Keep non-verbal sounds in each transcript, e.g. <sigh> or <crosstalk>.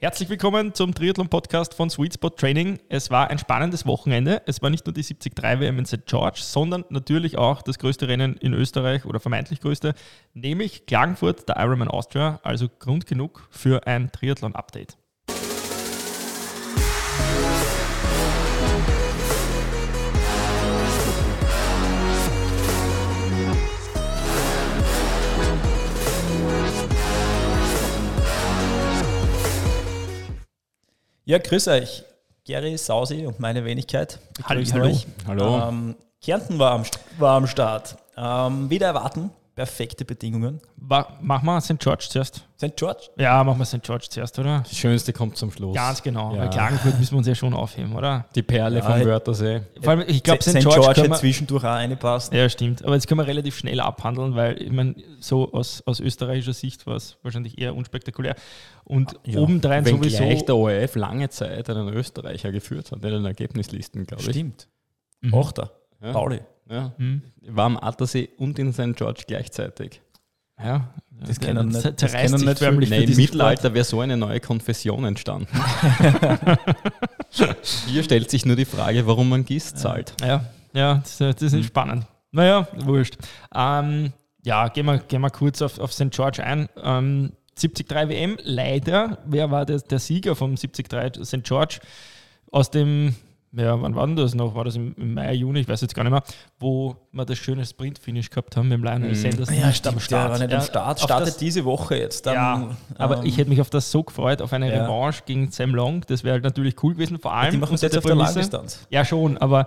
Herzlich willkommen zum Triathlon-Podcast von Sweet Spot Training. Es war ein spannendes Wochenende. Es war nicht nur die 73 WM in St. George, sondern natürlich auch das größte Rennen in Österreich oder vermeintlich größte, nämlich Klagenfurt, der Ironman Austria. Also Grund genug für ein Triathlon-Update. Ja, grüß euch. Gary Sausi und meine Wenigkeit. Hallo, Grüßt hallo. euch. Hallo. Ähm, Kärnten war am, St- war am Start. Ähm, wieder erwarten. Perfekte Bedingungen. Wa- Machen wir St. George zuerst. St. George? Ja, machen wir St. George zuerst, oder? Das Schönste kommt zum Schluss. Ganz genau. Ja. Weil Klagenfurt müssen wir uns ja schon aufheben, oder? Die Perle Ja, vom Wörthersee. Vor allem, ich glaube, St. George, hätte zwischendurch auch eine passt. Ja, stimmt. Aber jetzt können wir relativ schnell abhandeln, weil ich meine, so aus, aus österreichischer Sicht war es wahrscheinlich eher unspektakulär. Ah, Und obendrein Wenn gleich sowieso. der ORF lange Zeit einen Österreicher geführt hat in den Ergebnislisten, glaube ich. Stimmt. Mhm. Achter. Ja. Pauli. Ja. Hm. War am Attersee und in St. George gleichzeitig. Ja, Das kennen der nicht- das zerreißt kennen sich nicht förmlich Nein, für Im diesen Mittelalter wäre so eine neue Konfession <laughs> entstanden. Hier stellt sich nur die Frage, warum man Gist zahlt. Sport. Ja, ja das, das Hm. ist spannend. Naja, wurscht. Ähm, ja, gehen wir, gehen wir kurz auf, auf St. George ein. Ähm, 73 WM, leider. Wer war der, der Sieger vom 73 St. George? Aus dem, ja, wann war denn das noch? War das im, im Mai, Juni? Ich weiß jetzt gar nicht mehr, wo wir das schöne Sprint-Finish gehabt haben mit dem Lionel Sanders. Hm. Ah Ja, Nicht stimmt. Der war nicht am Start. auf das- Startet diese Woche jetzt. Dann, ja, aber ähm, ich hätte mich auf das so gefreut, auf eine ja. Revanche gegen Sam Long. Das wäre natürlich cool gewesen, vor allem. Die machen es unter jetzt auf der Prämisse- Langdistanz. Ja, schon, aber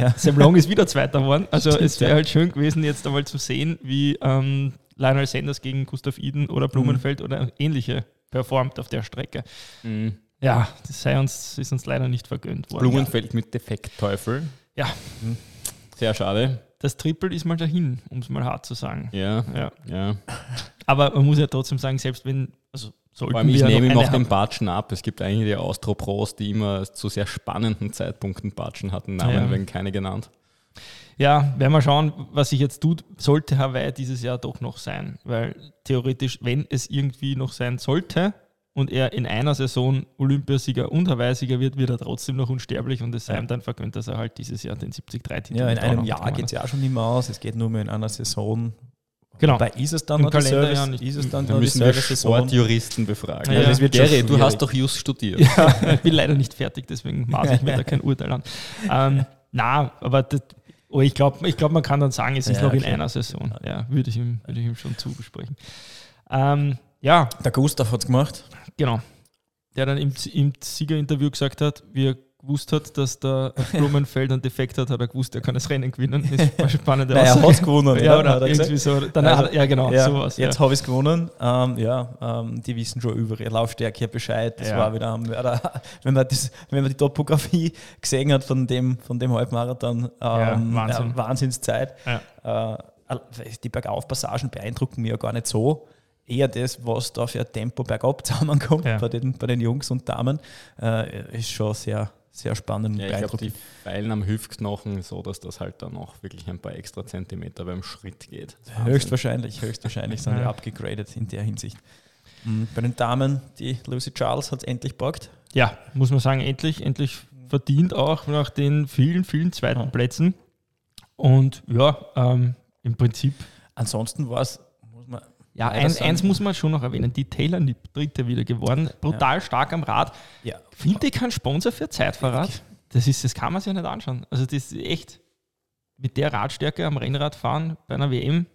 <laughs> Ja. Sam Long ist wieder Zweiter geworden. Also Stimmt, es wäre ja. halt schön gewesen, jetzt einmal zu sehen, wie ähm, Lionel Sanders gegen Gustav Iden Mhm. oder Blumenfeld oder ähnliche performt auf der Strecke. Mhm. Ja, das sei uns, ist uns leider nicht vergönnt worden. Blumenfeld mit Defektteufel. Ja, Sehr schade. das Triple ist mal dahin, um es mal hart zu sagen. Ja, Ja. ja. Aber man muss ja trotzdem sagen, selbst wenn, also sollten Vor allem, wir ich noch nehme ihm eine auch den haben. Batschen ab. Es gibt einige der Austropros, die immer zu sehr spannenden Zeitpunkten Batschen hatten. Namen Ah Ja. werden keine genannt. Ja, werden wir schauen, was sich jetzt tut. Sollte Hawaii dieses Jahr doch noch sein, weil theoretisch, wenn es irgendwie noch sein sollte und er in einer Saison Olympiasieger und Hawaii-Sieger wird, wird er trotzdem noch unsterblich und es sei ihm dann vergönnt, dass er halt dieses Jahr den 73-Titel ja, in nicht auch noch einem Jahr gewonnen geht hat. es ja auch schon nicht mehr aus. Es geht nur mehr in einer Saison. Genau. Bei ist es dann Im noch die Kalender Service- ja nicht. Ist es dann Da noch die müssen wir Service-Saison? Sportjuristen befragen. Ja, das wird schon Gerry, du schwierig. hast doch Just studiert. ich bin leider nicht fertig, deswegen maße ich mir da kein Urteil an. Ähm, na, aber das, oh, ich glaube, ich glaub, man kann dann sagen, es ist Ja, noch in okay. einer Saison. Ja, würde ich, ihm- würde ich ihm schon zugesprechen. Ähm, ja, Der Gustav hat es gemacht. Genau. Der dann im, im Siegerinterview gesagt hat, wie er gewusst hat, dass der <laughs> Blumenfeld einen Defekt hat, hat er gewusst, er kann das Rennen <laughs> gewinnen. Das ist eine spannende Nein, er Aussage. hat es <laughs> gewonnen. ja, hat oder er gesagt. irgendwie so. Danach, Also, ja, genau, ja, sowas. Jetzt ja. habe ich es gewonnen. Ähm, ja, ähm, die wissen schon über ihre Laufstärke Bescheid. Das Ja. war wieder, am- oder, <laughs> wenn, man das, wenn man die Topografie gesehen hat von dem, von dem Halbmarathon, ähm, Ja, Wahnsinn. ja, Wahnsinnszeit. Ja. Äh, die Bergaufpassagen beeindrucken mir ja gar nicht so. Eher das, was da für ein Tempo bergab <laughs> zusammenkommt Ja. bei, den, bei den Jungs und Damen, äh, ist schon sehr, sehr spannend und Ja, ich glaube, die beeindruckend. Pfeilen am Hüftknochen, so dass das halt dann auch wirklich ein paar extra Zentimeter beim Schritt geht. Höchstwahrscheinlich, höchstwahrscheinlich sind die Ja. abgegradet in der Hinsicht. Mm, Bei den Damen, die Lucy Charles hat es endlich gepackt. ja, muss man sagen, endlich, endlich verdient auch nach den vielen, vielen zweiten Plätzen. Und ja, ähm, im Prinzip. Ansonsten war es, muss man. Ja, leider eins, sagen- eins muss man schon noch erwähnen. Die Taylor Nipp, dritte wieder geworden. Brutal stark am Rad. Ja, Findet ihr keinen Sponsor für Zeitverrat? Das, ist, das kann man sich ja nicht anschauen. Also das ist echt mit der Radstärke am Rennrad fahren bei einer WM.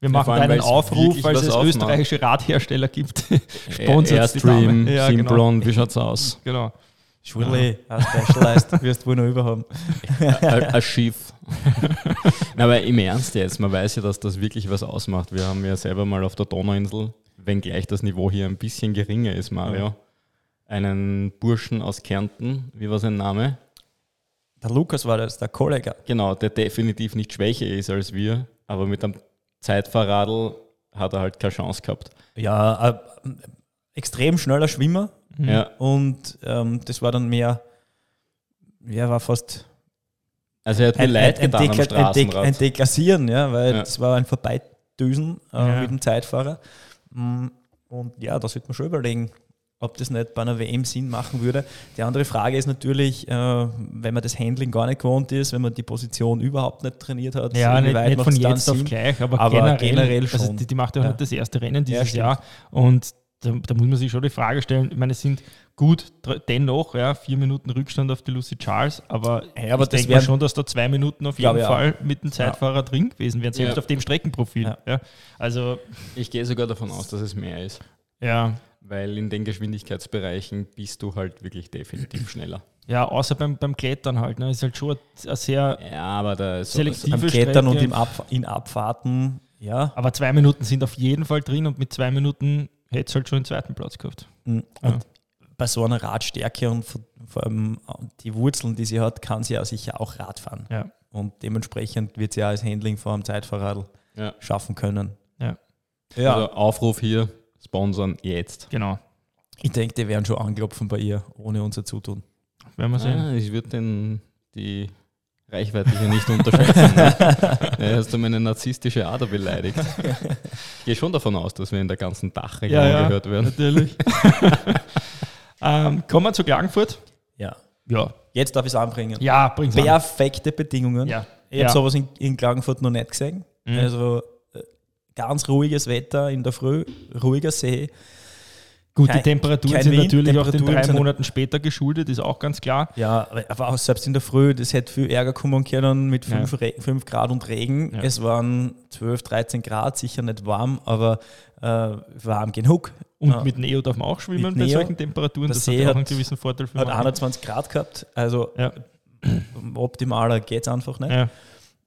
Wir machen vor allem, einen weil's Aufruf, wirklich weil es was aufmacht. österreichische Radhersteller <laughs> gibt. Sponsert die Airstream, Dame. Ja, genau. Simplon, wie schaut's <laughs> aus? genau. Surely, ja. Specialized, <laughs> wirst du wohl noch überhaben. ein Schiff. Na, aber im Ernst jetzt, man weiß ja, dass das wirklich was ausmacht. Wir haben ja selber mal auf der Donauinsel, wenngleich das Niveau hier ein bisschen geringer ist, Mario, einen Burschen aus Kärnten, wie war sein Name? Der Lukas war das, der Kollege. Genau, der definitiv nicht schwächer ist als wir, aber mit einem Zeitverradl hat er halt keine Chance gehabt. Ja, ein extrem schneller Schwimmer Ja, und ähm, das war dann mehr, ja, war fast also er hat mir ein, leid ein, ein, getan Dekla- ein, am Dek- Straßenrad. ein Deklassieren, ja, weil Ja. das war ein Vorbeidüsen äh, Ja. mit dem Zeitfahrer. Mm, Und ja, da sollte man schon überlegen, ob das nicht bei einer WM Sinn machen würde. Die andere Frage ist natürlich, äh, wenn man das Handling gar nicht gewohnt ist, wenn man die Position überhaupt nicht trainiert hat, Ja, nicht, inwieweit nicht von macht's dann jetzt auf Sinn? gleich, aber, aber generell, generell Also schon. die, die macht ja, Ja. Halt das erste Rennen dieses stimmt. Jahr und da, da muss man sich schon die Frage stellen, ich meine, es sind gut dr- dennoch ja, vier Minuten Rückstand auf die Lucy Charles, aber, Ja, aber ich das denke mal wären- schon, dass da zwei Minuten auf Glaub jeden ich auch. Fall mit dem Zeitfahrer drin gewesen wären, selbst Ja. auf dem Streckenprofil. Ja. Ja. Also, Ich gehe sogar davon aus, dass es mehr ist, ja, weil in den Geschwindigkeitsbereichen bist du halt wirklich definitiv schneller. ja außer beim, beim Klettern halt, ne, ist halt schon ein, ein sehr, Ja, aber da ist Selektiv. Beim Tiefe Klettern und Strecke. im Ab in Abfahrten, ja. aber zwei Minuten sind auf jeden Fall drin und mit zwei Minuten hätte es halt schon den zweiten Platz gehabt. Und Ja. bei so einer Radstärke und vor- vor allem äh, die Wurzeln, die sie hat, kann sie ja sicher auch Rad fahren. Ja. Und dementsprechend wird sie ja als Handling vor dem Zeitfahrradl Ja. schaffen können. Ja. Ja, Also Aufruf hier, sponsern jetzt. Genau, ich denke, die werden schon anklopfen bei ihr, ohne unser Zutun. werden wir sehen. Ah, ich würde den die Reichweite hier nicht unterschätzen. ne? <laughs> Da hast du meine narzisstische Ader beleidigt. Ich gehe schon davon aus, dass wir in der ganzen Dachregion Ja, ja. gehört <laughs> werden. Natürlich. ähm, kommen wir zu Klagenfurt. Ja. Ja. Jetzt darf ich es anbringen. Ja, bring's an. Perfekte Bedingungen. Ja. Ich habe Ja. sowas in, in Klagenfurt noch nicht gesehen. Mhm. Also äh, ganz ruhiges Wetter in der Früh, ruhiger See. Gut, die Kein- Temperaturen kein sind Wind, natürlich auch den Temperaturen drei sind- Monaten später geschuldet, ist auch ganz klar. Ja, aber- aber auch selbst in der Früh, das hätte viel Ärger kommen können mit 5 Re fünf Grad und Regen. Ja. Es waren 12, 13 Grad, sicher nicht warm, aber äh, warm genug. Und Ja. mit Neo darf man auch schwimmen Mit bei Neo. solchen Temperaturen. Der Das hat See ja auch hat- einen gewissen Vorteil für Hat Magen. 21 Grad gehabt, also Genau. Ja. optimaler geht es einfach nicht. Ja.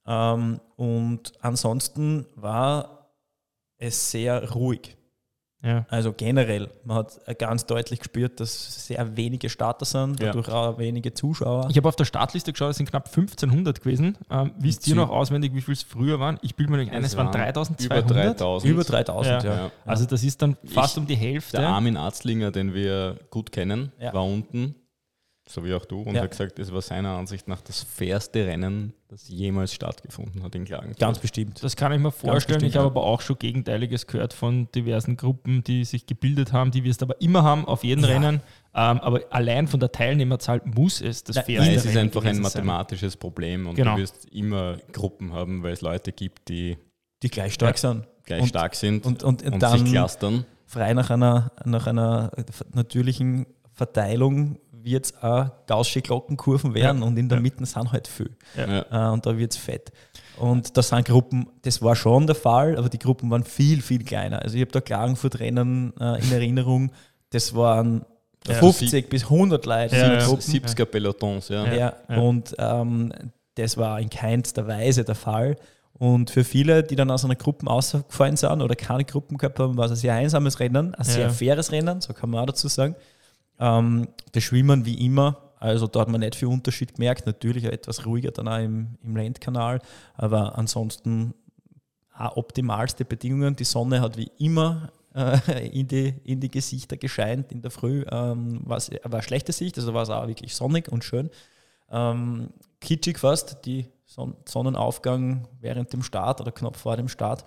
Ähm, und ansonsten war es sehr ruhig. Ja. Also generell, man hat ganz deutlich gespürt, dass sehr wenige Starter sind, Ja. dadurch auch wenige Zuschauer. Ich habe auf der Startliste geschaut, es sind knapp 1500 gewesen. Ähm, wisst ihr Sie- noch auswendig, wie viel es früher waren? Ich bilde mir nicht ein, es waren 3200. Über 3000. Über 3000, ja. Ja. Also das ist dann fast Ich- um die Hälfte. Der Armin Arzlinger, den wir gut kennen, Ja. war unten, so wie auch du, und Ja. hat gesagt, es war seiner Ansicht nach das fairste Rennen, das jemals stattgefunden hat in Klagenfurt. Ganz bestimmt. Das kann ich mir vorstellen. bestimmt, Ich habe ja. aber auch schon Gegenteiliges gehört von diversen Gruppen, die sich gebildet haben, die wir es aber immer haben, auf jedem Ja. Rennen. Ähm, aber allein von der Teilnehmerzahl muss es das Na, fairste Nein, es ist Rennen einfach ein gewesen sein. mathematisches Problem und Genau. du wirst immer Gruppen haben, weil es Leute gibt, die Die gleich stark sind. gleich Und- stark sind und- und sich dann- clustern. frei nach einer, nach einer natürlichen Verteilung wird es auch gaussche Glockenkurven werden und in der Mitte sind halt viel. Ja. Äh, und da wird es fett. Und da sind Gruppen, das war schon der Fall, aber die Gruppen waren viel, viel kleiner. Also ich habe da Klagenfurt-Rennen äh, in Erinnerung, das waren Ja. 50 bis 100 Leute Ja, in ja. Gruppen. 70er Pelotons, ja. Ja, ja. Und ähm, das war in keinster Weise der Fall. Und für viele, die dann aus einer Gruppe ausgefallen sind oder keine Gruppen gehabt haben, war es ein sehr einsames Rennen, ein Ja. sehr faires Rennen, so kann man auch dazu sagen. Ähm, das Schwimmen wie immer, also da hat man nicht viel Unterschied gemerkt, natürlich auch etwas ruhiger dann auch im, im Landkanal, aber ansonsten auch optimalste Bedingungen. Die Sonne hat wie immer äh, <laughs> in, die, in die Gesichter gescheint in der Früh, ähm, war's- war schlechte Sicht, also war es auch wirklich sonnig und schön ähm, kitschig fast, die Son Sonnenaufgang während dem Start oder knapp vor dem Start.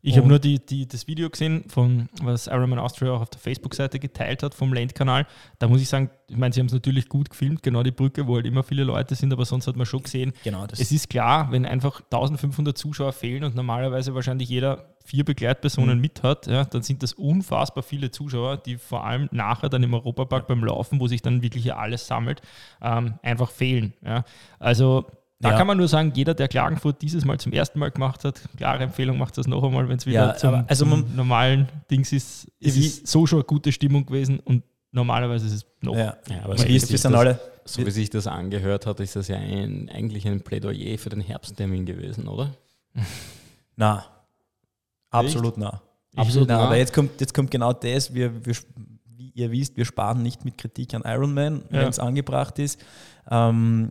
Ich habe Und- nur die, die, das Video gesehen, von, was Ironman Austria auch auf der Facebook-Seite geteilt hat, vom Landkanal. Da muss ich sagen, ich meine, sie haben es natürlich gut gefilmt, genau die Brücke, wo halt immer viele Leute sind, aber sonst hat man schon gesehen, Genau, das Es ist klar, wenn einfach 1500 Zuschauer fehlen und normalerweise wahrscheinlich jeder vier Begleitpersonen Mhm. mit hat, ja, dann sind das unfassbar viele Zuschauer, die vor allem nachher dann im Europapark beim Laufen, wo sich dann wirklich ja alles sammelt, ähm, einfach fehlen. Ja. Also da Ja. kann man nur sagen, jeder, der Klagenfurt dieses Mal zum ersten Mal gemacht hat, klare Empfehlung, macht das noch einmal, wenn es wieder Ja, zum, aber- also zum man- normalen Dings ist. Es Wie- ist so schon eine gute Stimmung gewesen und normalerweise ist es noch. ja. Ja, aber aber so wir ist sind das- alle. So wie sich das angehört hat, ist das ja ein, eigentlich ein Plädoyer für den Herbsttermin gewesen, oder? Na, absolut na. Ich- Absolut na. na. Aber jetzt kommt, jetzt kommt genau das, wir, wir, wie ihr wisst, wir sparen nicht mit Kritik an Ironman, Ja. wenn es angebracht ist. Ähm,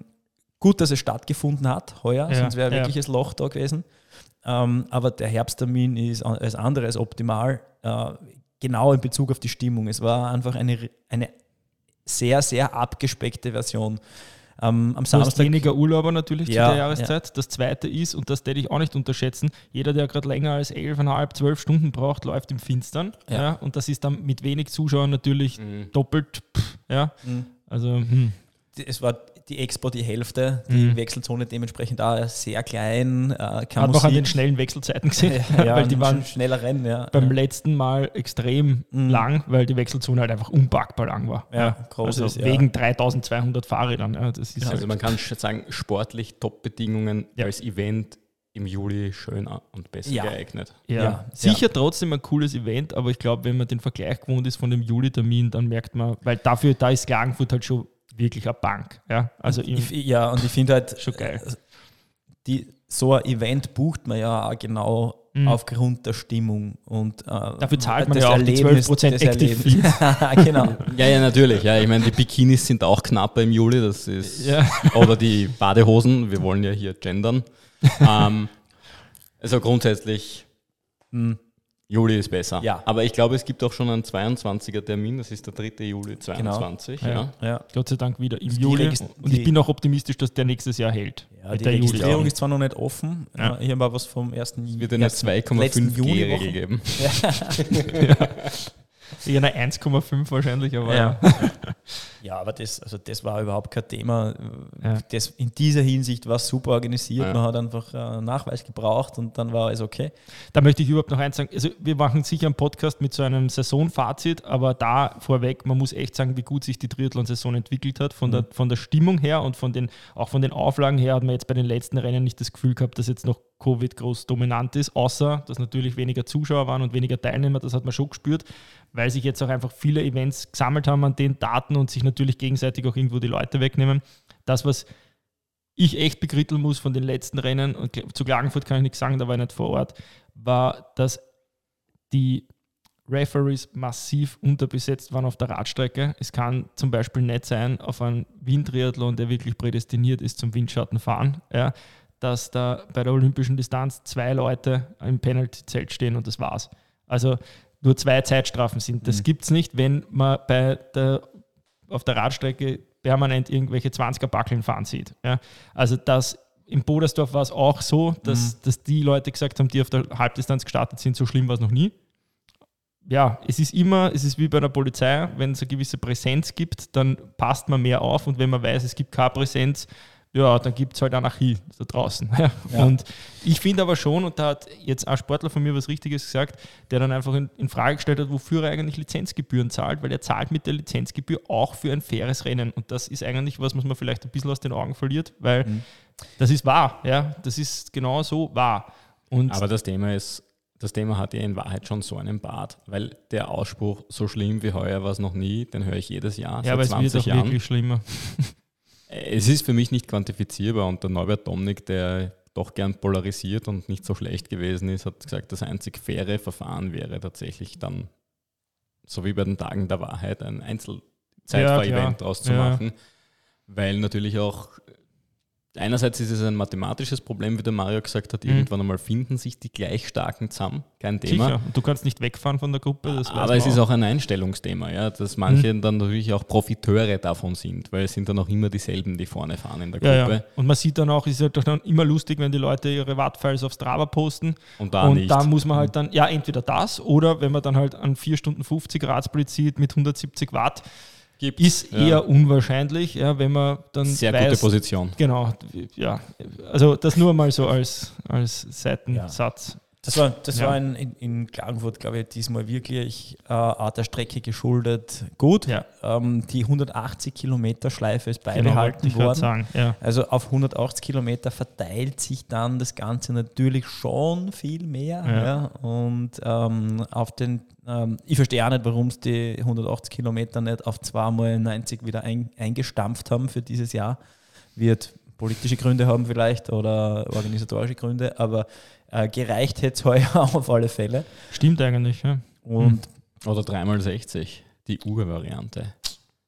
gut, dass es stattgefunden hat, heuer, Ja, sonst wäre ja. wirkliches Loch da gewesen. Ähm, aber der Herbsttermin ist an- als anderes optimal, äh, genau in Bezug auf die Stimmung. Es war einfach eine, eine sehr, sehr abgespeckte Version. Ähm, am Du hast Samstag. weniger Urlauber natürlich Ja, zu der Jahreszeit. Das zweite ist, und das hätte ich auch nicht unterschätzen, jeder, der gerade länger als 11,5, 12 Stunden braucht, läuft im Finstern. Ja. Ja. und das ist dann mit wenig Zuschauern natürlich Mhm. doppelt. Pff, ja, Mhm. also hm. die- es war die Expo die Hälfte, die Mhm. Wechselzone dementsprechend auch sehr klein. Äh, keine hat man auch an Musik. den schnellen Wechselzeiten gesehen, <laughs> ja, ja, <laughs> weil die waren schneller rennen, ja. beim letzten Mal extrem Mhm. lang, weil die Wechselzone halt einfach unpackbar lang war. Ja, groß also ist, ja. wegen 3200 Fahrrädern. Ja, das ist halt Also man kann sch- sagen, sportlich Top-Bedingungen Ja. als Event im Juli schöner und besser Ja. geeignet. Ja, Ja, sicher trotzdem ein cooles Event, aber ich glaube, wenn man den Vergleich gewohnt ist von dem Juli-Termin, dann merkt man, weil dafür, da ist Klagenfurt halt schon wirklich eine Bank. Ja, also im, Ich, ja, und ich finde halt, schon geil. die, so ein Event bucht man ja auch genau Mhm. aufgrund der Stimmung. Und, äh, Dafür zahlt man das ja auch die Erlebnis- 12% das Active <laughs> Erlebnis. genau. <laughs> Ja, ja, natürlich. Ja, ich meine, die Bikinis sind auch knapper im Juli, das ist. Ja. Oder die Badehosen, wir wollen ja hier gendern. Ähm, also grundsätzlich, Mhm. Juli ist besser. Ja. Aber ich glaube, es gibt auch schon einen 22er Termin, das ist der 3. Juli 22. Genau. Ja. Ja. Gott sei Dank wieder im Die Juli. Regist- Und ich die- bin auch optimistisch, dass der nächstes Jahr hält. Ja, Mit die der Juli- Registrierung Ja. ist zwar noch nicht offen. Ja. Ja. Hier war was vom 1. Juli. Wird eine 2,5G-Regel geben. Ja, eine 1,5 wahrscheinlich, aber Ja. <laughs> ja, aber das, also das war überhaupt kein Thema. Ja. Das, in dieser Hinsicht war es super organisiert. Ja. Man hat einfach äh, einen Nachweis gebraucht und dann war alles okay. Da möchte ich überhaupt noch eins sagen. Also, wir machen sicher einen Podcast mit so einem Saisonfazit, aber da vorweg, man muss echt sagen, wie gut sich die Triathlon-Saison entwickelt hat. Von, der, von der Stimmung her und von den, auch von den Auflagen her hat man jetzt bei den letzten Rennen nicht das Gefühl gehabt, dass jetzt noch Covid groß dominant ist, außer dass natürlich weniger Zuschauer waren und weniger Teilnehmer. Das hat man schon gespürt, weil sich jetzt auch einfach viele Events gesammelt haben an den Daten und sich natürlich gegenseitig auch irgendwo die Leute wegnehmen. Das, was ich echt bekritteln muss von den letzten Rennen, und Kl- zu Klagenfurt kann ich nichts sagen, da war ich nicht vor Ort, war, dass die Referees massiv unterbesetzt waren auf der Radstrecke. Es kann zum Beispiel nicht sein, auf einem Windtriathlon, der wirklich prädestiniert ist zum Windschattenfahren, ja, dass da bei der olympischen Distanz zwei Leute im Penalty-Zelt stehen und das war's. Also nur zwei Zeitstrafen sind. Das gibt's nicht, wenn man bei der, auf der Radstrecke permanent irgendwelche 20er-Backeln fahren sieht. Ja. Also das im Bodersdorf war es auch so, dass, dass die Leute gesagt haben, die auf der Halbdistanz gestartet sind, so schlimm war es noch nie. Ja, es ist immer, es ist wie bei der Polizei, wenn es eine gewisse Präsenz gibt, dann passt man mehr auf und wenn man weiß, es gibt keine Präsenz, ja, dann gibt es halt Anarchie da draußen. <laughs> Ja. Ja. Und ich finde aber schon, und da hat jetzt ein Sportler von mir was Richtiges gesagt, der dann einfach in, in Frage gestellt hat, wofür er eigentlich Lizenzgebühren zahlt, weil er zahlt mit der Lizenzgebühr auch für ein faires Rennen. Und das ist eigentlich was, was man vielleicht ein bisschen aus den Augen verliert, weil Mhm. das ist wahr, ja. Das ist genau so wahr. Und Aber das Thema ist, das Thema hat ja in Wahrheit schon so einen Bart, weil der Ausspruch, so schlimm wie heuer war es noch nie, den höre ich jedes Jahr ja, aber seit es wird 20 auch Jahren. wirklich schlimmer. Es ist für mich nicht quantifizierbar und der Norbert Domnick, der doch gern polarisiert und nicht so schlecht gewesen ist, hat gesagt, das einzig faire Verfahren wäre tatsächlich dann, so wie bei den Tagen der Wahrheit, ein Ja, klar. Einzelzeitfahr-Event draus zu Ja. machen, weil natürlich auch einerseits ist es ein mathematisches Problem, wie der Mario gesagt hat, Mhm. irgendwann einmal finden sich die gleich starken zusammen, kein Thema. Sicher. Und du kannst nicht wegfahren von der Gruppe. Das weiß Aber man Hm. es ist auch ein Einstellungsthema, ja, dass manche dann natürlich auch Profiteure davon sind, weil es sind dann auch immer dieselben, die vorne fahren in der Gruppe. Ja, ja. Und man sieht dann auch, es ist halt doch dann immer lustig, wenn die Leute ihre Wattfiles auf Strava posten. Und da und nicht. Mhm. da muss man halt dann, ja, entweder das oder wenn man dann halt an 4 Stunden 50 Radsplit sieht mit 170 Watt, Gibt's. ist Ja. eher unwahrscheinlich, ja, wenn man dann sehr weiß, gute Position. Genau, ja. Also das nur mal so als, als Seitensatz. Das war, das Ja. war in, in, in Klagenfurt, glaube ich, diesmal wirklich äh, Art der Strecke geschuldet. Gut, Ja. ähm, die 180 Kilometer Schleife ist Genau, wollte beibehalten ich grad worden. sagen. Ja. Also auf 180 Kilometer verteilt sich dann das Ganze natürlich schon viel mehr. Ja. Ja. Und ähm, auf den, ähm, ich verstehe auch nicht, warum es die 180 Kilometer nicht auf 2x90 wieder ein, eingestampft haben für dieses Jahr. Wird politische Gründe haben vielleicht oder organisatorische Gründe, aber äh, gereicht hätte es heuer <laughs> auf alle Fälle. Stimmt eigentlich, ja. Und Oder 3x60, die Ur-Variante.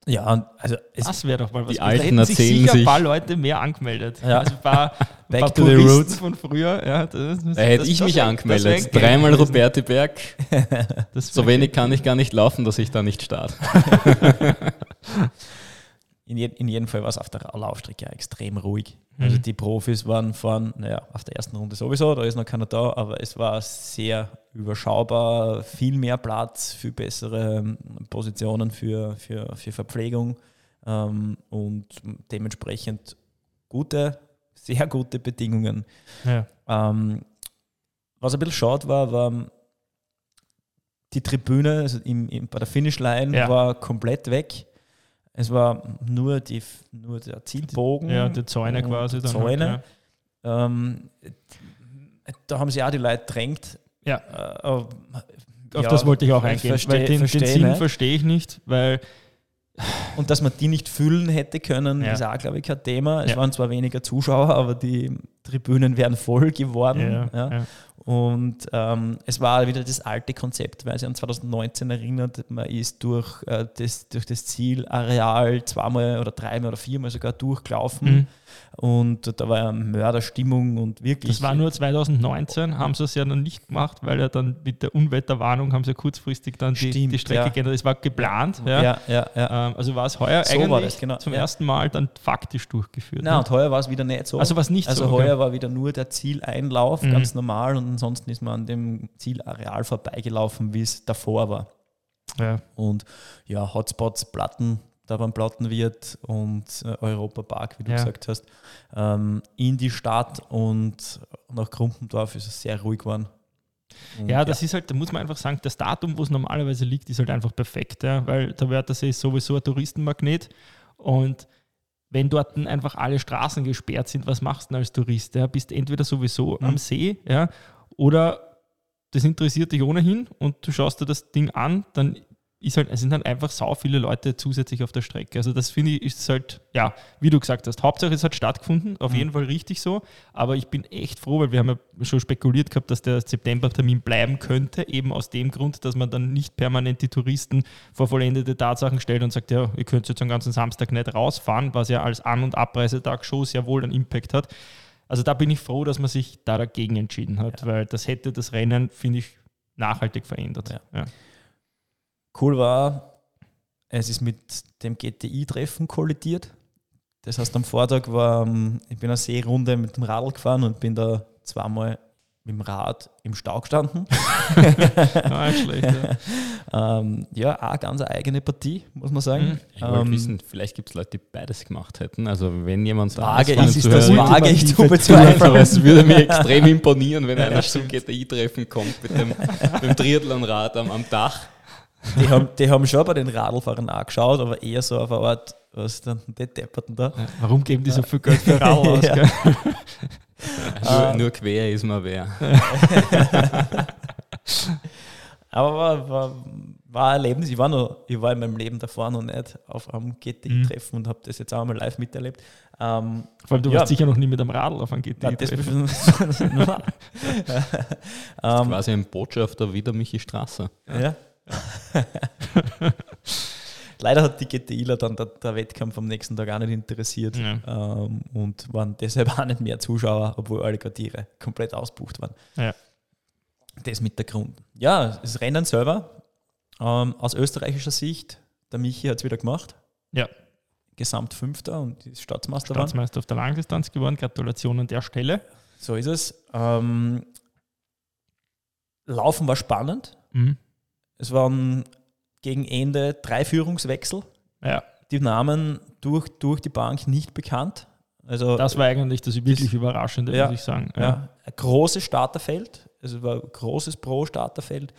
ja, und also es Das wäre doch mal was. Gutes. Die Da Alten hätten sich erzählen sicher ein sich- paar Leute mehr angemeldet. Ja. Also ein paar, ein Back paar to the Puristen roots. von früher. Ja, das, das, Da hätte das- ich das mich wär- das wär angemeldet. geil Dreimal gewesen. Roberti Berg. Das So wär- wenig kann ich gar nicht laufen, dass ich da nicht starte. in, je, in jedem Fall war es auf der Laufstrecke ja extrem ruhig. Also die Profis waren vorn, naja, auf der ersten Runde sowieso, da ist noch keiner da, aber es war sehr überschaubar, viel mehr Platz, viel bessere ähm, Positionen für, für, für Verpflegung ähm, und dementsprechend gute, sehr gute Bedingungen. Ja. Ähm, was ein bisschen schade war, war die Tribüne also im, im, bei der Finishline Ja. war komplett weg. Es war nur, die, F- nur der Zielbogen. ja, die Zäune und quasi. die Dann Zäune. Halt, Ähm, da haben sie auch die Leute drängt. Äh, Ja. Auf ja. Auf das wollte ich auch eingehen, weil den, den Sinn verstehe ich nicht, weil Und dass man die nicht füllen hätte können, Ja. ist auch, glaube ich, kein Thema. Es Ja. waren zwar weniger Zuschauer, aber die Tribünen wären voll geworden. ja, ja. ja. Und ähm, es war wieder das alte Konzept, weil sie an 2019 erinnert, man ist durch, äh, das, durch das Zielareal zweimal oder dreimal oder viermal sogar durchgelaufen. Mhm. Und da war ja Mörderstimmung und wirklich. Das war nur 2019, haben sie es ja noch nicht gemacht, weil ja dann mit der Unwetterwarnung haben sie ja kurzfristig dann die, Stimmt, die Strecke ja. geändert. Es war geplant. Ja. ja. Ja, ja, Ähm, Also war es heuer So eigentlich war das, genau. zum Ja. ersten Mal dann faktisch durchgeführt. Na, ne? und heuer war es wieder nicht so. Also war es nicht also so. heuer okay. war wieder nur der Zieleinlauf, Mhm. ganz normal. Und ansonsten ist man an dem Zielareal vorbeigelaufen, wie es davor war. ja. und ja, Hotspots, Platten, da beim Plattenwirt und äh, Europapark, wie du Ja. gesagt hast, ähm, in die Stadt und nach Krumpendorf ist es sehr ruhig geworden. Und ja, das ist halt, da muss man einfach sagen, das Datum, wo es normalerweise liegt, ist halt einfach perfekt, ja? weil der Wörthersee ist sowieso ein Touristenmagnet und wenn dort dann einfach alle Straßen gesperrt sind, was machst du denn als Tourist? Ja? Bist entweder sowieso am See ja? oder das interessiert dich ohnehin und du schaust dir das Ding an, dann ist halt, es sind halt einfach sau viele Leute zusätzlich auf der Strecke. Also das finde ich ist halt, ja, wie du gesagt hast, Hauptsache es hat stattgefunden, auf jeden Fall richtig so, aber ich bin echt froh, weil wir haben ja schon spekuliert gehabt, dass der Septembertermin bleiben könnte, eben aus dem Grund, dass man dann nicht permanent die Touristen vor vollendete Tatsachen stellt und sagt, ja, ihr könnt jetzt den ganzen Samstag nicht rausfahren, was ja als An- und Abreisetag schon sehr wohl einen Impact hat. Also da bin ich froh, dass man sich da dagegen entschieden hat, weil das hätte das Rennen, finde ich, nachhaltig verändert. Ja. <laughs> Ja. cool war, es ist mit dem GTI-Treffen kollidiert. Das heißt, am Vortag war, ähm, ich bin eine Seerunde mit dem Radl gefahren und bin da zweimal mit dem Rad im <laughs> Stau gestanden. Nein, schlecht. Ja. ähm, ja, auch ganz eine eigene Partie, muss man sagen. Mhm. Ich wollte Ähm, wissen, vielleicht gibt es Leute, die beides gemacht hätten. Also wenn jemand Frage von den ist, ist das Zuhörern- vage? Ich ultimative tue <laughs> Also, bezweifeln. es würde <laughs> mir extrem imponieren, wenn einer zum GTI-Treffen kommt mit dem, mit dem Triathlonrad am, am Dach. Die haben, die haben schon bei den Radlfahrern auch geschaut, aber eher so auf eine Art, was ist denn die Depperten da? Warum geben die so viel Geld <laughs> für Rau aus? Ja. Gell? Nur, Ähm, nur quer ist man wer. Aber war, war, war ein Erlebnis. Ich war, noch, ich war in meinem Leben davor noch nicht auf einem GTI-Treffen und habe das jetzt auch mal live miterlebt. Ähm, Vor allem, du Ja. warst sicher noch nie mit einem Radl auf einem nein, das GT. <laughs> ähm, Quasi ein Botschafter wie der Michi Strasser. ja. <laughs> Leider hat die GTIler dann der, der Wettkampf am nächsten Tag auch nicht interessiert Ja. ähm, und waren deshalb <laughs> auch nicht mehr Zuschauer, obwohl alle Quartiere komplett ausbucht waren. Ja. Das mit der Grund. Ja, das Rennen selber ähm, aus österreichischer Sicht, der Michi hat es wieder gemacht. Ja. Gesamt Fünfter und ist Staatsmeister waren. Staatsmeister auf der Langdistanz geworden. Gratulation an der Stelle. So ist es. Ähm, Laufen war spannend. Mhm. Es waren gegen Ende drei Führungswechsel. Ja, Die Namen durch, durch die Bank nicht bekannt. Also das war eigentlich das wirklich Überraschende, Ja. muss ich sagen. ja. ein großes Starterfeld. Es war ein großes Pro-Starterfeld.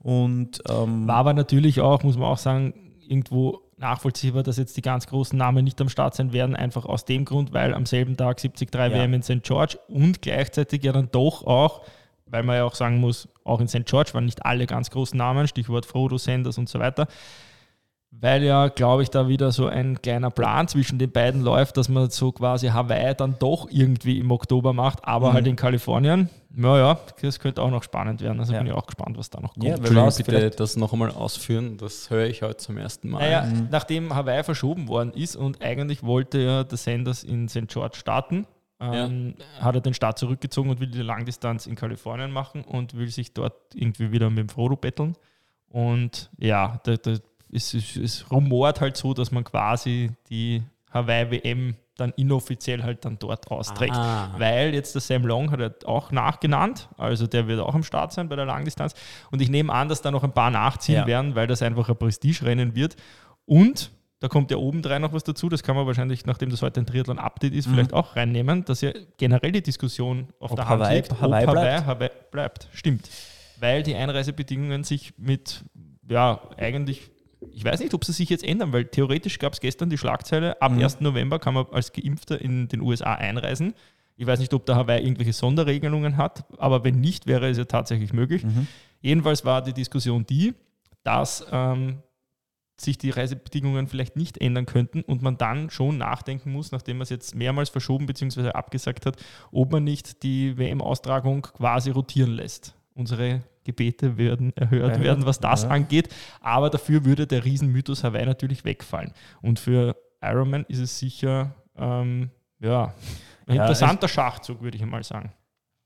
Und ähm, War aber natürlich auch, muss man auch sagen, irgendwo nachvollziehbar, dass jetzt die ganz großen Namen nicht am Start sein werden, einfach aus dem Grund, weil am selben Tag 73 Ja. WM in St. George und gleichzeitig ja dann doch auch, weil man ja auch sagen muss, auch in St. George waren nicht alle ganz großen Namen, Stichwort Frodo, Sanders und so weiter, weil ja, glaube ich, da wieder so ein kleiner Plan zwischen den beiden läuft, dass man so quasi Hawaii dann doch irgendwie im Oktober macht, aber Mhm. halt in Kalifornien. Naja, das könnte auch noch spannend werden. Also Ja. bin ich auch gespannt, was da noch kommt. Ja, wer Entschuldigung, weiß, bitte vielleicht- das noch einmal ausführen. Das höre ich heute zum ersten Mal. Naja, nachdem Hawaii verschoben worden ist und eigentlich wollte ja der Sanders in St. George starten, ähm, hat er den Start zurückgezogen und will die Langdistanz in Kalifornien machen und will sich dort irgendwie wieder mit dem Frodo betteln. Und ja, da, da es, es, es rumort halt so, dass man quasi die Hawaii-WM dann inoffiziell halt dann dort austrägt. Ah. Weil jetzt der Sam Long hat er auch nachgenannt, also der wird auch am Start sein bei der Langdistanz. Und ich nehme an, dass da noch ein paar nachziehen Ja. werden, weil das einfach ein Prestigerennen wird. Und da kommt ja obendrein noch was dazu, das kann man wahrscheinlich, nachdem das heute ein Triathlon-Update ist, vielleicht auch reinnehmen, dass ja generell die Diskussion auf Ob der Hand Hawaii- liegt, ob Hawaii bleibt. Hawaii bleibt. Stimmt. Weil die Einreisebedingungen sich mit, ja, eigentlich, ich weiß nicht, ob sie sich jetzt ändern, weil theoretisch gab es gestern die Schlagzeile, Mhm. ab 1. November kann man als Geimpfter in den USA einreisen. Ich weiß nicht, ob der Hawaii irgendwelche Sonderregelungen hat, aber wenn nicht, wäre es ja tatsächlich möglich. Jedenfalls war die Diskussion die, dass ähm, sich die Reisebedingungen vielleicht nicht ändern könnten und man dann schon nachdenken muss, nachdem man es jetzt mehrmals verschoben bzw. abgesagt hat, ob man nicht die WM-Austragung quasi rotieren lässt. Unsere Gebete werden erhört Erhört, werden, was das ja. angeht, aber dafür würde der Riesenmythos Hawaii natürlich wegfallen. Und für Ironman ist es sicher ähm, ja, ein Ja, interessanter Schachzug, würde ich mal sagen.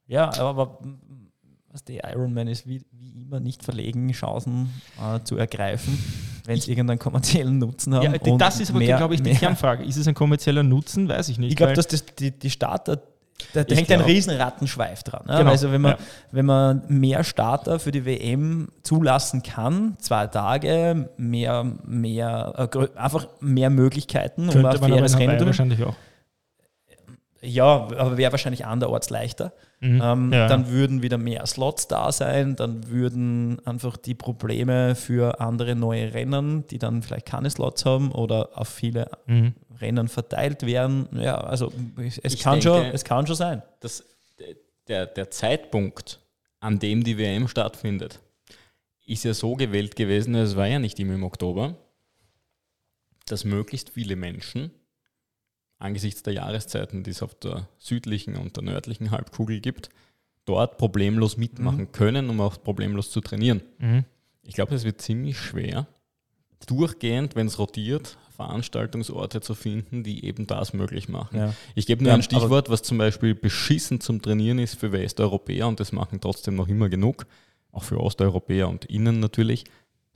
Ja, aber mm, was die Ironman ist, wie, wie immer nicht verlegen, Chancen äh, zu ergreifen, wenn sie irgendeinen kommerziellen Nutzen haben. Ja, die, und das ist aber, mehr- glaube ich, die mehr- Kernfrage. Ist es ein kommerzieller Nutzen? Weiß ich nicht. Ich glaube, weil- dass das, die, die Starter, da Ich hängt ein glaub- riesen Rattenschweif dran. Ne? Genau, Also wenn man, ja. wenn man mehr Starter für die WM zulassen kann, zwei Tage, mehr, mehr, äh, grö- einfach mehr Möglichkeiten, um könnte ein man aber faires in Rennen Hawaii zu machen. wahrscheinlich auch. Ja, aber wäre wahrscheinlich anderorts leichter. Mhm. Ähm, Ja. Dann würden wieder mehr Slots da sein, dann würden einfach die Probleme für andere neue Rennen, die dann vielleicht keine Slots haben oder auf viele Mhm. Rennen verteilt werden. Ja, also es, es Ich kann, denke- schon, es kann schon sein. das, der, der Zeitpunkt, an dem die WM stattfindet, ist ja so gewählt gewesen, es war ja nicht immer im Oktober, dass möglichst viele Menschen angesichts der Jahreszeiten, die es auf der südlichen und der nördlichen Halbkugel gibt, dort problemlos mitmachen können, um auch problemlos zu trainieren. Mhm. Ich glaube, es wird ziemlich schwer, durchgehend, wenn es rotiert, Veranstaltungsorte zu finden, die eben das möglich machen. Ja. Ich gebe nur Ja, ein Stichwort, was zum Beispiel beschissen zum Trainieren ist für Westeuropäer und das machen trotzdem noch immer genug, auch für Osteuropäer und innen natürlich.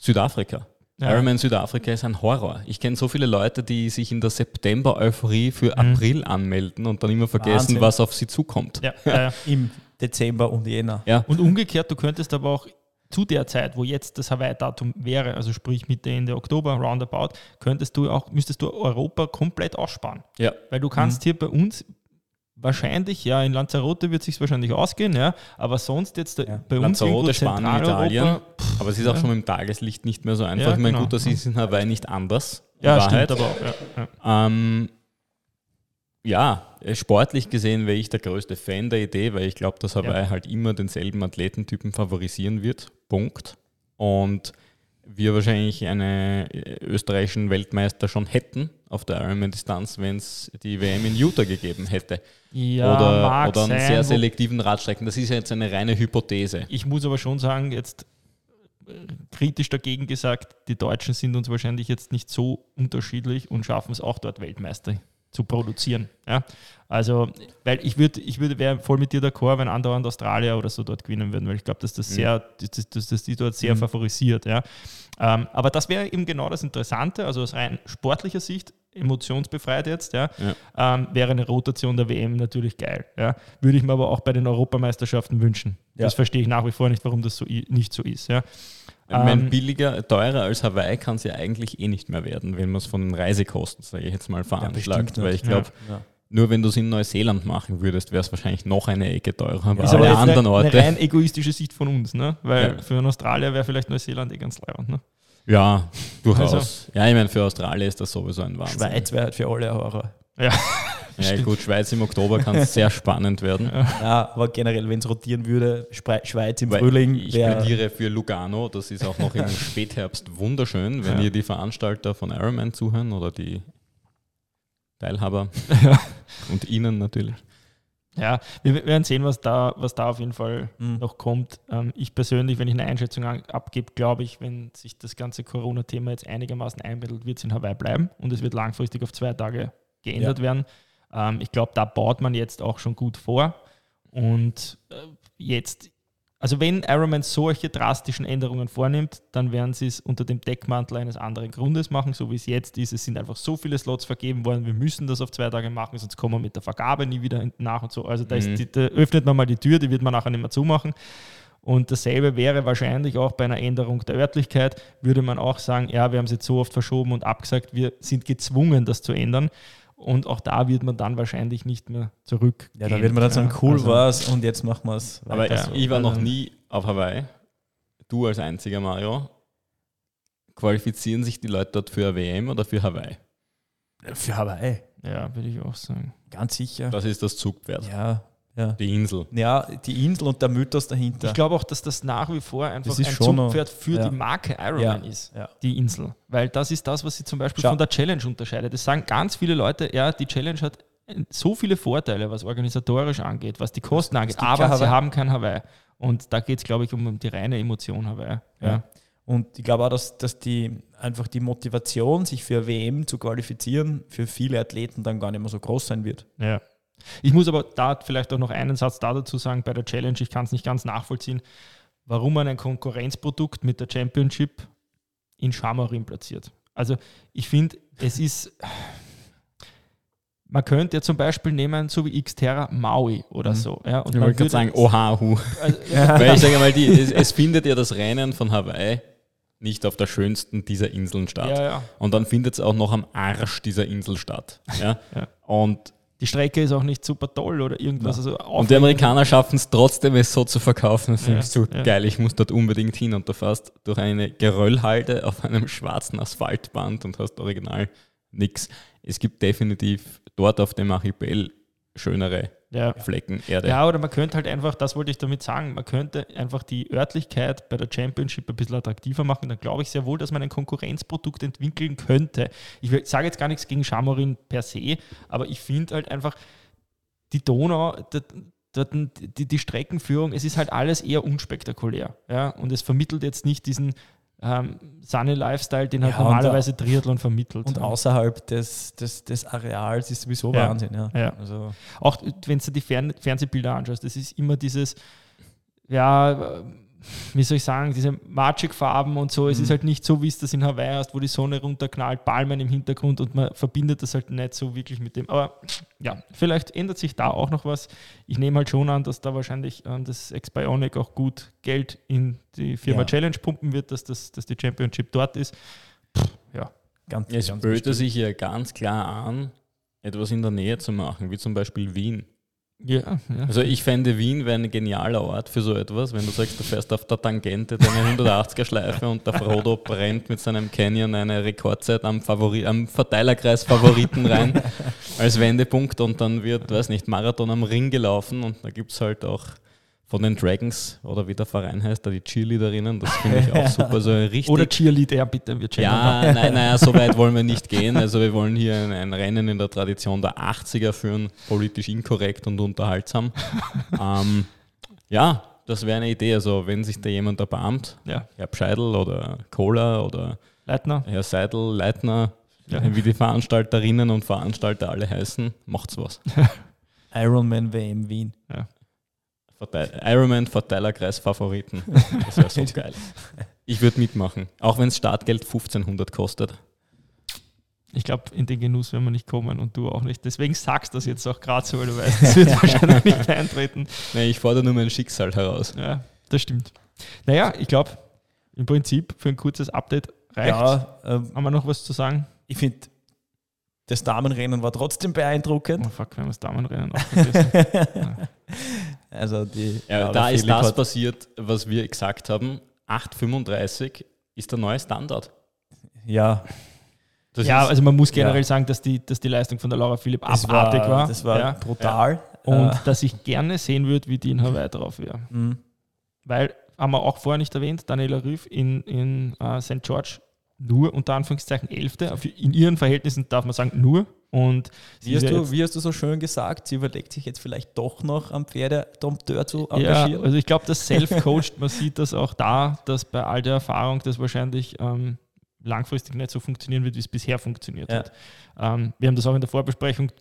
Südafrika. Ja. Ironman Südafrika ist ein Horror. Ich kenne so viele Leute, die sich in der September-Euphorie für April anmelden und dann immer vergessen, Mhm. Wahnsinn. was auf sie zukommt. <laughs> Ja, ja, ja. Im Dezember und Jänner. Ja. Und umgekehrt, du könntest aber auch zu der Zeit, wo jetzt das Hawaii-Datum wäre, also sprich Mitte, Ende Oktober, roundabout, könntest du auch, müsstest du Europa komplett aussparen. Ja. Weil du Mhm. kannst hier bei uns wahrscheinlich, ja, in Lanzarote wird es wahrscheinlich ausgehen, ja, aber sonst jetzt da- Ja. bei uns Lanzarote, irgendwo Spanien, Zentraleuropa, Italien. Aber es ist auch schon im Tageslicht nicht mehr so einfach. Ja, ich meine, genau. gut, das ist in Hawaii nicht anders. in Ja, Wahrheit. stimmt aber auch. Ja, ja. Ähm, ja, äh, sportlich gesehen wäre ich der größte Fan der Idee, weil ich glaube, dass Hawaii halt immer denselben Athletentypen favorisieren wird. Punkt. Und wir wahrscheinlich einen österreichischen Weltmeister schon hätten auf der Ironman-Distanz, wenn es die WM in Utah gegeben hätte. ja oder, mag oder einen sein, sehr wo- selektiven Radstrecken. Das ist ja jetzt eine reine Hypothese. Ich muss aber schon sagen, jetzt äh, kritisch dagegen gesagt, die Deutschen sind uns wahrscheinlich jetzt nicht so unterschiedlich und schaffen es auch dort Weltmeister zu produzieren. Ja? Also, weil ich würde, ich würde wäre voll mit dir d'accord, wenn andauernd Australier oder so dort gewinnen würden, weil ich glaube, dass das sehr, dass, dass, dass, dass die dort sehr favorisiert. Ja? Ähm, aber das wäre eben genau das Interessante, also aus rein sportlicher Sicht, emotionsbefreit jetzt, ja, Ähm, wäre eine Rotation der WM natürlich geil. Ja. Würde ich mir aber auch bei den Europameisterschaften wünschen. Ja. Das verstehe ich nach wie vor nicht, warum das so i- nicht so ist. Ja. Ich meine, Ähm, billiger, teurer als Hawaii kann es ja eigentlich eh nicht mehr werden, wenn man es von den Reisekosten, sage ich jetzt mal, veranschlagt. bestimmt nicht. weil ich glaube, Ja. nur wenn du es in Neuseeland machen würdest, wäre es wahrscheinlich noch eine Ecke teurer. Ist Weil alle jetzt anderen eine, Orte. eine rein egoistische Sicht von uns, ne? weil Ja. für einen Australier wäre vielleicht Neuseeland eh ganz leibend. Ne? ja, durchaus. Also- ja, ich meine, für Australien ist das sowieso ein Wahnsinn. Schweiz wäre halt für alle ein Horror. Ja. Ja, gut, Schweiz im Oktober kann <laughs> sehr spannend werden. Ja, aber generell, wenn es rotieren würde, Spre Schweiz im Weil Frühling ich wäre. plädiere für Lugano, das ist auch <laughs> noch im Spätherbst wunderschön, wenn Ja. ihr die Veranstalter von Ironman zuhören oder die Teilhaber <laughs> Ja. und ihnen natürlich. Ja, wir wir werden sehen, was da, was da auf jeden Fall hm. Mhm. noch kommt. Ähm, ich persönlich, wenn ich eine Einschätzung an, abgebe, glaube ich, wenn sich das ganze Corona-Thema jetzt einigermaßen einbettet, wird es in Hawaii bleiben und es wird langfristig auf zwei Tage geändert Ja. werden. Ähm, ich glaube, da baut man jetzt auch schon gut vor. Und äh, jetzt Also wenn Ironman solche drastischen Änderungen vornimmt, dann werden sie es unter dem Deckmantel eines anderen Grundes machen, so wie es jetzt ist. Es sind einfach so viele Slots vergeben worden, wir müssen das auf zwei Tage machen, sonst kommen wir mit der Vergabe nie wieder hinten nach und so. Also da, Mhm. ist die, da öffnet man mal die Tür, die wird man nachher nicht mehr zumachen. Und dasselbe wäre wahrscheinlich auch bei einer Änderung der Örtlichkeit, würde man auch sagen, ja, wir haben es jetzt so oft verschoben und abgesagt, wir sind gezwungen, das zu ändern. Und auch da wird man dann wahrscheinlich nicht mehr zurück. Ja, da wird man dann sagen, cool also- war's und jetzt machen wir es. Aber Ja. ich war noch Ähm. nie auf Hawaii. Du als einziger Mario. Qualifizieren sich die Leute dort für eine WM oder für Hawaii? für Hawaii, Ja, würde ich auch sagen. ganz sicher. Das ist das Zugpferd. Ja, ja. Die Insel. Ja, Also die Insel und der Mythos dahinter. Ich glaube auch, dass das nach wie vor einfach Das ist ein schon noch- Zugpferd für ja. die Marke Ja, Ironman ist, ja. die Insel. Weil das ist das, was sie zum Beispiel Schau. von der Challenge unterscheidet. Es sagen ganz viele Leute, ja, die Challenge hat so viele Vorteile, was organisatorisch angeht, was die Kosten angeht, gibt aber kein sie Hawaii. haben kein Hawaii. Und da geht es, glaube ich, um die reine Emotion Hawaii. Ja. Ja. Und ich glaube auch, dass, dass die einfach die Motivation, sich für eine WM zu qualifizieren, für viele Athleten dann gar nicht mehr so groß sein wird. Ja. Ich muss aber da vielleicht auch noch einen Satz da dazu sagen bei der Challenge. Ich kann es nicht ganz nachvollziehen, warum man ein Konkurrenzprodukt mit der Championship in Schamarin platziert. Also ich finde, es ist. Man könnte ja zum Beispiel nehmen, so wie Xterra Maui oder so. Ja, und Mhm. man Ich wollte gerade würde- sagen, oh, oha, <laughs> hu. also, Weil ich sage mal, die, es, es findet ja das Rennen von Hawaii nicht auf der schönsten dieser Inseln <laughs> statt. ja, ja. Und dann findet es auch noch am Arsch dieser Insel statt. Ja? Ja. Und, Die Strecke ist auch nicht super toll oder irgendwas. Also und die Amerikaner schaffen es trotzdem, es so zu verkaufen. Das Ja, denkst du, ja. geil, ich muss dort unbedingt hin. Und du fährst durch eine Geröllhalde auf einem schwarzen Asphaltband und hast original nix. Es gibt definitiv dort auf dem Archipel schönere ja. Flecken Erde. Ja, oder man könnte halt einfach, das wollte ich damit sagen, man könnte einfach die Örtlichkeit bei der Championship ein bisschen attraktiver machen. Dann glaube ich sehr wohl, dass man ein Konkurrenzprodukt entwickeln könnte. Ich will- sage jetzt gar nichts gegen Schamorin per se, aber ich finde halt einfach, die Donau, d- dort die, die Streckenführung, es ist halt alles eher unspektakulär. Ja? Und es vermittelt jetzt nicht diesen ähm, Sunny-Lifestyle, den halt Ja, und normalerweise Triathlon vermittelt. Und Ja. außerhalb des, des, des Areals ist sowieso Ja. Wahnsinn. Ja. Ja. Also, auch wenn du die Fern Fernsehbilder anschaust, das ist immer dieses, ja, äh, wie soll ich sagen, diese Magic-Farben und so. Es ist halt nicht so, wie es das in Hawaii hast, wo die Sonne runterknallt, Palmen im Hintergrund und man verbindet das halt nicht so wirklich mit dem. Aber ja, vielleicht ändert sich da auch noch was. Ich nehme halt schon an, dass da wahrscheinlich ähm, das Expionic auch gut Geld in die Firma Ja. Challenge pumpen wird, dass, das, dass die Championship dort ist. ganz, Es ganz böte bestimmt. sich ja ganz klar an, etwas in der Nähe zu machen, wie zum Beispiel Wien. Ja, ja. Also ich fände Wien wäre ein genialer Ort für so etwas, wenn du sagst, du fährst auf der Tangente deine 180er-Schleife und der Frodo brennt mit seinem Canyon eine Rekordzeit am, Favori am Verteilerkreis Favoriten rein als Wendepunkt und dann wird, weiß nicht, Marathon am Ring gelaufen und da gibt es halt auch von den Dragons oder wie der Verein heißt, da die Cheerleaderinnen, das finde ich auch super, so eine richtig Oder Cheerleader, bitte, wir channeln ja, nein, <laughs> naja, so weit wollen wir nicht gehen. Also wir wollen hier ein, ein Rennen in der Tradition der 80er führen, politisch inkorrekt <laughs> und unterhaltsam. ähm, ja, das wäre eine Idee. Also wenn sich da jemand erbarmt, Ja, Herr Pscheidl oder Kohler oder Leitner. Herr Seidel, Leitner, Ja. <laughs> wie die Veranstalterinnen und Veranstalter alle heißen, macht's was. Ironman WM Wien. Verteil Ironman Verteilerkreis Favoriten. Das wäre <laughs> so geil. Ich würde mitmachen, auch wenn Startgeld 1500 kostet. Ich glaube, in den Genuss werden wir nicht kommen und du auch nicht. Deswegen sagst du das jetzt auch gerade so, weil du weißt, es <laughs> wird wahrscheinlich nicht eintreten. Nee, ich fordere nur mein Schicksal heraus. Ja, das stimmt. Naja, ich glaube, im Prinzip für ein kurzes Update reicht. Ja, ähm, Haben wir noch was zu sagen? ich finde, das Damenrennen war trotzdem beeindruckend. Oh fuck, wir haben das <laughs> Damenrennen auch vergessen. also die, Ja, Laura da ist Philipp das hat- passiert, was wir gesagt haben. 8,35 ist der neue Standard. Ja, Das ja, ist, also man muss generell ja. sagen, dass die, dass die Leistung von der Laura Philipp es abartig war. äh, Das war ja. brutal. Und Äh, dass ich gerne sehen würde, wie die in Hawaii drauf wäre. mh. weil, haben wir auch vorher nicht erwähnt, Daniela Rüff in, in äh, St. George nur unter Anführungszeichen Elfte. Für- In ihren Verhältnissen darf man sagen nur. Und sie Wie hast, ist ja du, jetzt- wie hast du so schön gesagt, sie überlegt sich jetzt vielleicht doch noch am Pferdedompteur zu ja, engagieren. also ich glaube, das Self-Coached, man sieht das auch da, dass bei all der Erfahrung das wahrscheinlich ähm, langfristig nicht so funktionieren wird, wie es bisher funktioniert Ja. hat. Ähm, wir haben das auch in der Vorbesprechung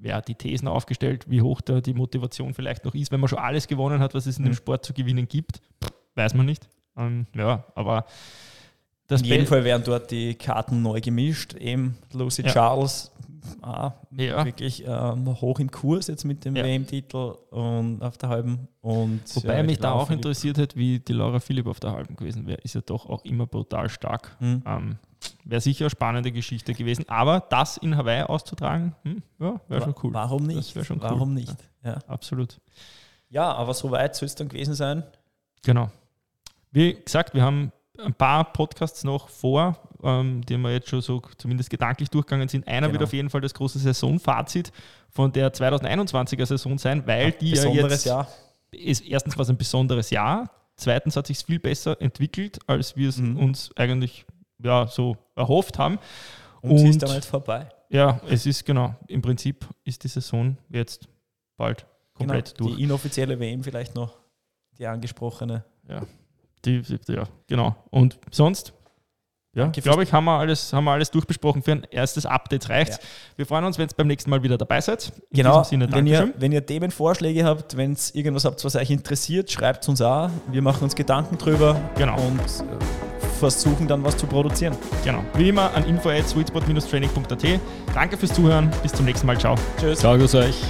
ja, die Thesen aufgestellt, wie hoch da die Motivation vielleicht noch ist, wenn man schon alles gewonnen hat, was es in dem Mhm. Sport zu gewinnen gibt. Weiß man nicht. Ähm, ja, aber das In jedem Be- Fall werden dort die Karten neu gemischt. Eben Lucy Ja. Charles, ah, Ja. wirklich ähm, hoch im Kurs jetzt mit dem Ja. WM-Titel und auf der halben. Und äh, Wobei ja, mich da Laura auch Philipp- interessiert hat, wie die Laura Philipp auf der Halben gewesen wäre. Ist ja doch auch immer brutal stark. Mhm. Ähm, wäre sicher eine spannende Geschichte gewesen. Aber das in Hawaii auszutragen, hm, ja, wäre schon cool. Warum Das nicht? wär schon cool. Warum nicht? Ja. Absolut. ja, aber so weit soll es dann gewesen sein. Genau. Wie gesagt, wir haben ein paar Podcasts noch vor, ähm, die wir jetzt schon so zumindest gedanklich durchgegangen sind. Einer Genau. wird auf jeden Fall das große Saisonfazit von der 2021er Saison sein, weil die ja Besonderes jetzt Jahr. ist, erstens war es ein besonderes Jahr, zweitens hat sich viel besser entwickelt, als wir es Mhm. uns eigentlich ja, so erhofft haben. Und, sie ist Und- damit vorbei. Ja, es ist genau, im Prinzip ist die Saison jetzt bald komplett genau, durch. Die inoffizielle WM vielleicht noch, die angesprochene. Die, die, ja, genau. Und sonst, ja, Danke glaube ich, haben wir, alles, haben wir alles durchbesprochen. Für ein erstes Update reicht Ja. Wir freuen uns, wenn ihr beim nächsten Mal wieder dabei seid. In Genau, diesem Sinne, wenn, ihr, Dankeschön. wenn ihr Themenvorschläge habt, wenn es irgendwas habt, was euch interessiert, schreibt uns auch. Wir machen uns Gedanken drüber Genau. und äh, versuchen dann was zu produzieren. Genau. Wie immer an info.sweetspot-training.at. Danke fürs Zuhören. Bis zum nächsten Mal. Ciao. Tschüss. Sag es euch.